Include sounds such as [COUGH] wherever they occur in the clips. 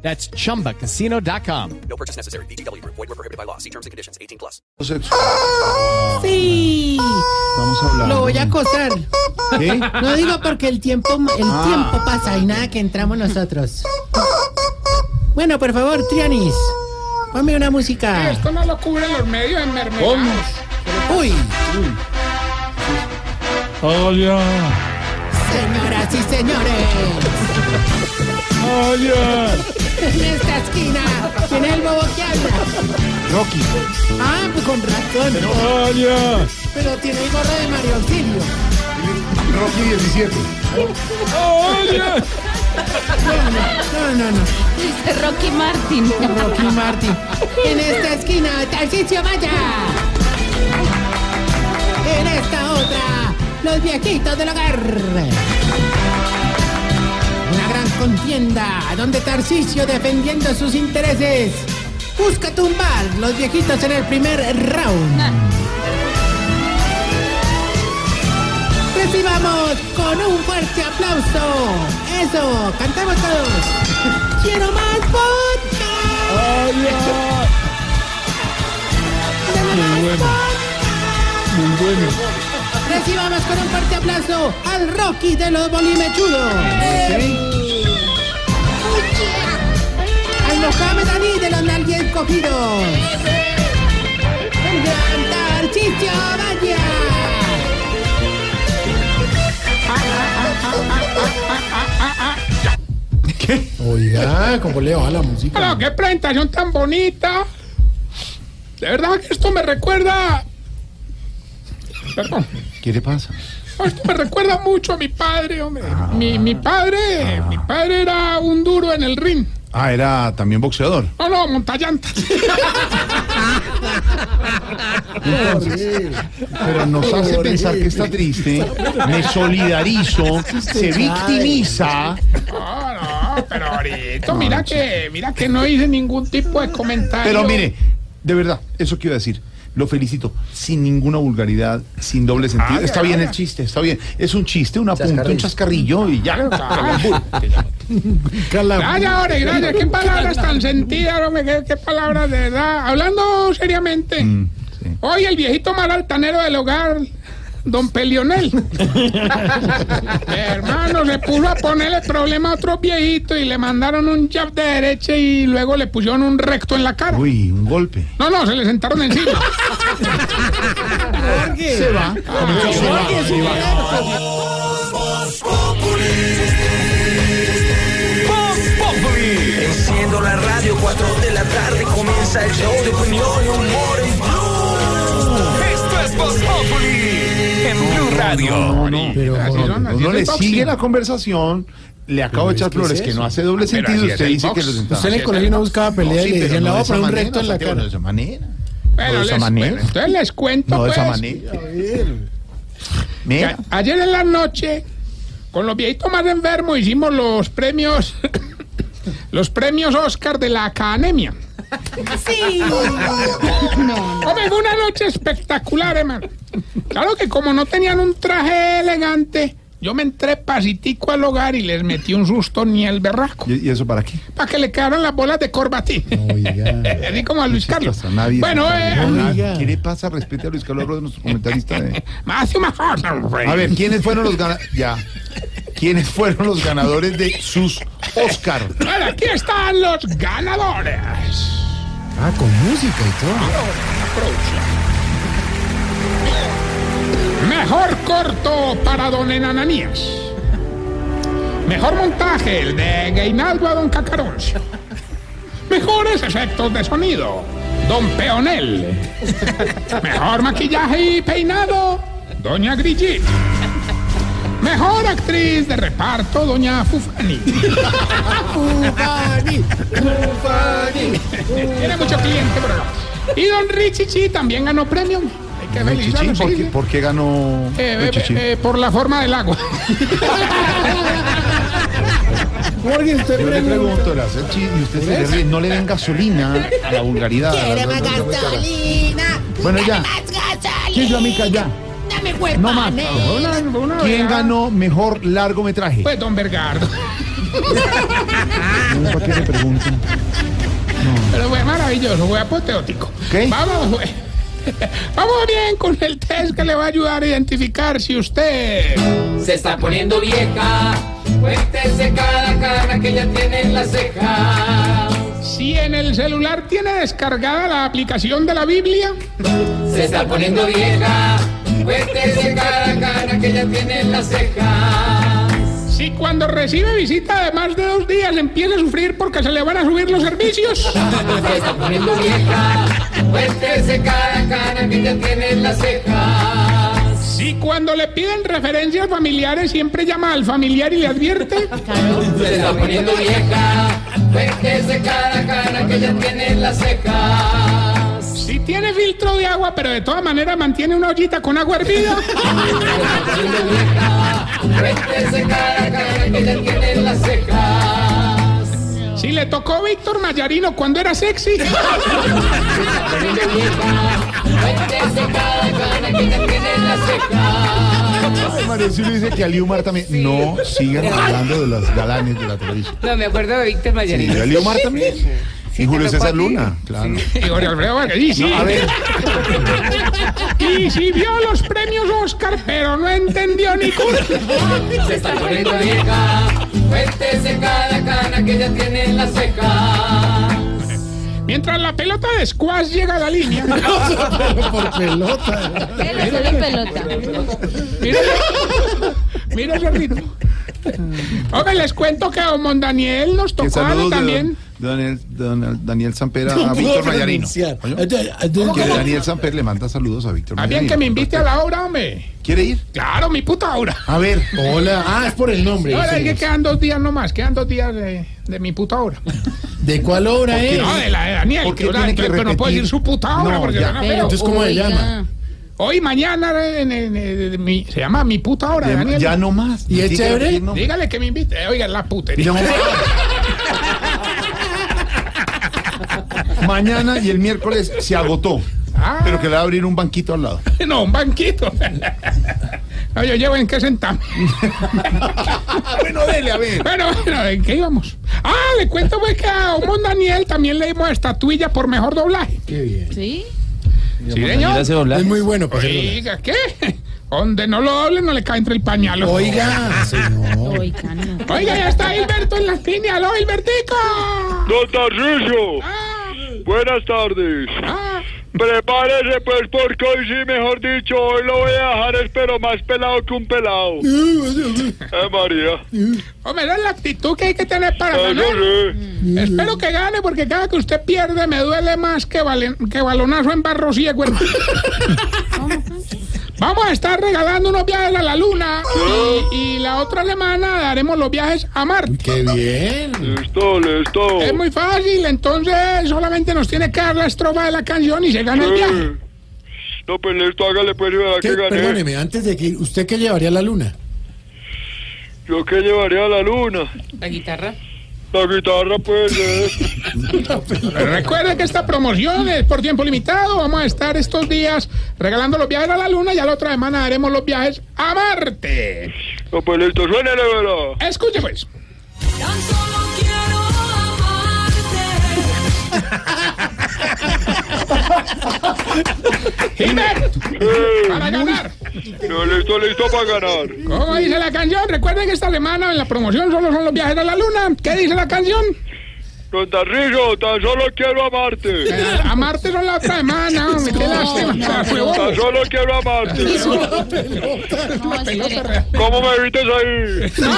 That's chumbacasino.com. No purchase necessary. BGW. Void were prohibited by law. See terms and conditions. 18 plus. sexo. Sí, Vamos a hablar. lo voy a acosar. ¿Sí? No digo porque el tiempo ma- el tiempo pasa y nada que entramos nosotros. Bueno, por favor, Trianis, ponme una música. Esto no lo cubren los medios en mermeladas. Uy, Hola, señoras y señores, hola. en esta esquina, ¿quién es el bobo que habla? Rocky. Ah, pues con razón, Hola, pero tiene el gorro de Mario Auxilio. Rocky 17. hola. No, no, no, Dice Rocky Martin. Rocky Martin. En esta esquina, Tarcicio Maya. En esta otra, los viejitos del hogar. Una gran contienda donde Tarcicio defendiendo sus intereses busca tumbar los viejitos en el primer round. Recibamos con un fuerte aplauso. Eso, cantemos todos. [LAUGHS] Quiero más vodka. Oh, Muy bueno, muy bueno. Recibamos con un fuerte aplauso al Rocky de los Bolimechudos. Al Mohamed Ali de los Nalguien Cogidos. El gran Tarchicho Vaya. Oiga, ¿cómo le va la música? Pero qué presentación tan bonita. De verdad que esto me recuerda. Perdón. ¿Qué le pasa? Esto me recuerda mucho a mi padre, hombre. Ah. Mi, mi padre, mi padre era un duro en el ring. Ah, era también boxeador. No, no, montallantas. [LAUGHS] Pero nos hace pensar que está [LAUGHS] triste. Me solidarizo. Se victimiza. No, no, pero ahorita, mira que, mira que no hice ningún tipo de comentario. Pero mire, de verdad, eso quiero decir. Lo felicito, sin ninguna vulgaridad, sin doble sentido. Ah, Está bien el ah. chiste, está bien. Es un chiste, un apunte, un chascarrillo y [LAUGHS] ya. Ah. Gracias, ahora, gracias. Qué palabras tan sentidas, hombre. Qué, qué palabras de verdad. Hablando seriamente. Mm. sí. Hoy el viejito mal altanero del hogar, don [LAUGHS] Pelionel. hermano, se puso a ponerle problema a otro viejito y le mandaron un jab de derecha y luego le pusieron un recto en la cara. Uy, un golpe. No, no, se le sentaron [LAUGHS] encima. Se va. Ah, Se va. se va. Enciendo la radio, 4 de la tarde comienza el show de opinión y humor en Blue. Esto es Voz en Blue Radio. Pero Así son, así uno es le el boxing. sigue la conversación, le acabo de echar flores que no hace doble sentido, Ah, así es usted el dice box. que lo sentaba. Usted en el colegio no buscaba pelea y le decían, la voy a poner un recto en la cara. No de esa manera. Bueno, No de esa les- manera. bueno, entonces les cuento, No de esa pues, manera. que Mira, a- ayer en la noche, con los viejitos más enfermos, hicimos los premios, [COUGHS] los premios Oscar de la Academia. Sí. Hombre, fue una noche espectacular, hermano. Claro que como no tenían un traje elegante, yo me entré pasitico al hogar y les metí un susto ni el berraco. ¿y y eso para qué? Para que le quedaran las bolas de corbatín. [LAUGHS] Así como a Luis Carlos. Hasta nadie- Bueno, eh, Oiga. ¿qué le pasa? Respete a Luis Carlos Rodas, nuestro comentarista. de- más y más. A ver, ¿quiénes fueron los ganadores? Ya. ¿Quiénes fueron los ganadores de sus Oscar? Bueno, aquí están los ganadores. Ah, con música y todo. [LAUGHS] Mejor corto para don Enananías. Mejor montaje, el de Gainaldo a don Cacarón. Mejores efectos de sonido, don Peonel. Mejor maquillaje y peinado, doña Grigit. Mejor actriz de reparto, doña Fufani. Ufani, Tiene mucho cliente, pero no. Y don Richichi también ganó premio. Hay que felicitarlo, Chichín, sí, ¿por qué, sí. por qué ganó Eh, eh, Chichín? eh, por la forma del agua. Jorge, usted Yo le pregunto, le hace el chiste y usted se le ríe. No le den gasolina a la vulgaridad. Quiere No, no, más no, no, no, no. gasolina. Bueno, ya. Dame más gasolina. Sí, yo, amiga, ya. Dame huevones. No más. Una- una ¿Quién vea. ganó mejor largometraje? Pues don Bergardo. No, ¿Para qué le preguntan? Pero fue maravilloso, fue apoteótico. ¿Qué? Vamos, güey. [LAUGHS] Vamos bien con el test que le va a ayudar a identificar si usted. Se está poniendo vieja. Cuéntese cada cara que ya tiene en la ceja. Si en el celular tiene descargada la aplicación de la Biblia. Se está poniendo vieja. Cuéntese cada cara que ya tiene en la ceja. Si cuando recibe visita de más de dos días empieza a sufrir porque se le van a subir los servicios. Se está poniendo vieja. Pues Cuéntese cada cara que ya tiene en la ceja. Si cuando le piden referencias familiares siempre llama al familiar y le advierte. Se está poniendo vieja. Pues Cuéntese cada cara que ya tiene en las cejas. Si tiene filtro de agua pero de todas maneras mantiene una ollita con agua hervida. Cuéntese cada Pues cara que ya tiene en las cejas. Si le tocó Víctor Mayarino cuando era sexy. [LAUGHS] Cuéntese cada cara Pues que ya tiene en las cejas. Ay, Mario Silvio dice que Aliu Mar también. No sigan hablando de los galanes de la televisión. No, me acuerdo de Víctor Y Mayarino. de Aliu Mar también. Y Julio César Luna, claro. Y Jorge Alfredo Vargas, y sí. A ver, [LAUGHS] Y si vio los premios Oscar, pero no entendió ni cura. Se está poniendo vieja. Cuéntese cada cara que ya tiene en las cejas. Mientras la pelota de squash llega a la línea. Pero solo pelota. Mira, mira ese ritmo. Oiga, les cuento que a Don Mondaniel nos que tocó algo saludos también. de don, don- don- [LAUGHS] Daniel Sampera Ah, a Víctor Mayarino. Oye, Que Daniel Samper le manda saludos a Víctor Ah, bien Mayarino. que me invite a la obra, hombre. ¿Quiere ir? Claro, mi puta obra. A ver. Hola. Ah, es por el nombre. Ahora es que sí. quedan dos días nomás, quedan dos días de, de mi puta obra. ¿De cuál obra es? No, de la de Daniel, ¿Por qué que, ahora, tiene que pero no puedo repetir? decir su puta obra No, porque ya. suena Pero, feo. Entonces, ¿cómo se oiga, llama? Hoy, mañana, en- en- en- en- mi- se llama Mi puta hora, Ya, Daniel. ya no más. ¿Y es Diga, chévere? ¿quién no? Dígale que me invite. Eh, Oiga, la putería. No. [LAUGHS] Mañana y el miércoles se agotó. Ah. Pero que le va a abrir un banquito al lado. [LAUGHS] No, un banquito. No, yo llevo en qué sentarme. [LAUGHS] bueno, dele, a ver. Bueno, bueno, ¿en qué íbamos? Ah, le cuento pues que a Omon Daniel también le dimos estatuilla por mejor doblaje. ¿Sí? Sí, señor. Es muy bueno pues, para hacerlo. Oiga, ¿qué? Donde no lo doble no le cae entre el pañalo. Oiga, señor. Oiga, no. Oiga, ya está Hilberto en la línea. ¡Aló, Hilbertico! Don Tarcisio, Ah, buenas tardes. ah. Prepárese pues porque hoy sí, mejor dicho, hoy lo voy a dejar espero más pelado que un pelado. Eh, María. Hombre, esa es Oh, la actitud que hay que tener para Eso ganar. sí. Espero que gane, porque cada que usted pierde me duele más que, valen- que balonazo en barro ciego. hermano. Vamos a estar regalando unos viajes a la luna y, y la otra semana daremos los viajes a Marte. Qué bien. Listo, listo. Es muy fácil, entonces solamente nos tiene que dar la estrofa de la canción y se gana el viaje. Eh, No, pues listo, hágale pues y verá ¿Qué- que gané. perdóneme, antes de que ir, ¿usted qué llevaría a la luna? Yo que llevaría a la luna. La guitarra. La guitarra pues, eh. Pero recuerde que esta promoción es por tiempo limitado. Vamos a estar estos días regalando los viajes a la luna y la otra semana daremos los viajes a Marte. No, pues listo, suénele, verá. Escuche pues. Tan solo quiero amarte. Gilberto, Eh, para ganar. no, listo, listo para ganar. ¿Cómo dice la canción? Recuerden que esta semana en la promoción solo son los viajes a la luna. ¿Qué dice la canción? Don Tarrillo, tan solo quiero amarte. Eh, a Marte son la otra semana. hombre, Qué lástima. Tan huevón. solo Ah, quiero amarte. No, espere. ¿Cómo me evites ahí?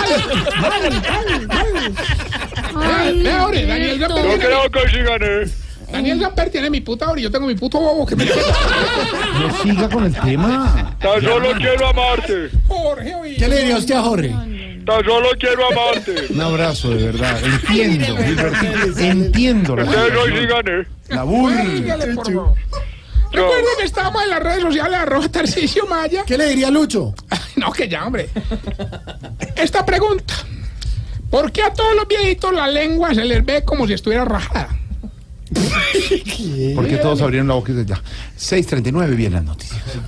Ve- ve ahora, Daniel Gamper No tiene- creo que sí gané. Daniel Gamper tiene mi puta hora y yo tengo mi puto bobo que me No siga con el tema. Tan solo quiero amarte. Jorge, oye. ¿Qué le diría usted a Jorge? Tan solo quiero amarte. Un abrazo, de verdad. Entiendo. Entiendo la Ustedes hoy sí situación, gané. La burla. Dígale, por favor. Recuerden que estábamos en las redes sociales, arroba Tarcicio Maya. ¿Qué le diría Lucho? Ay, No, que ya, hombre. Esta pregunta. ¿Por qué a todos los viejitos la lengua se les ve como si estuviera rajada? Porque todos abrieron la boca y ya. 6.39, bien las noticias.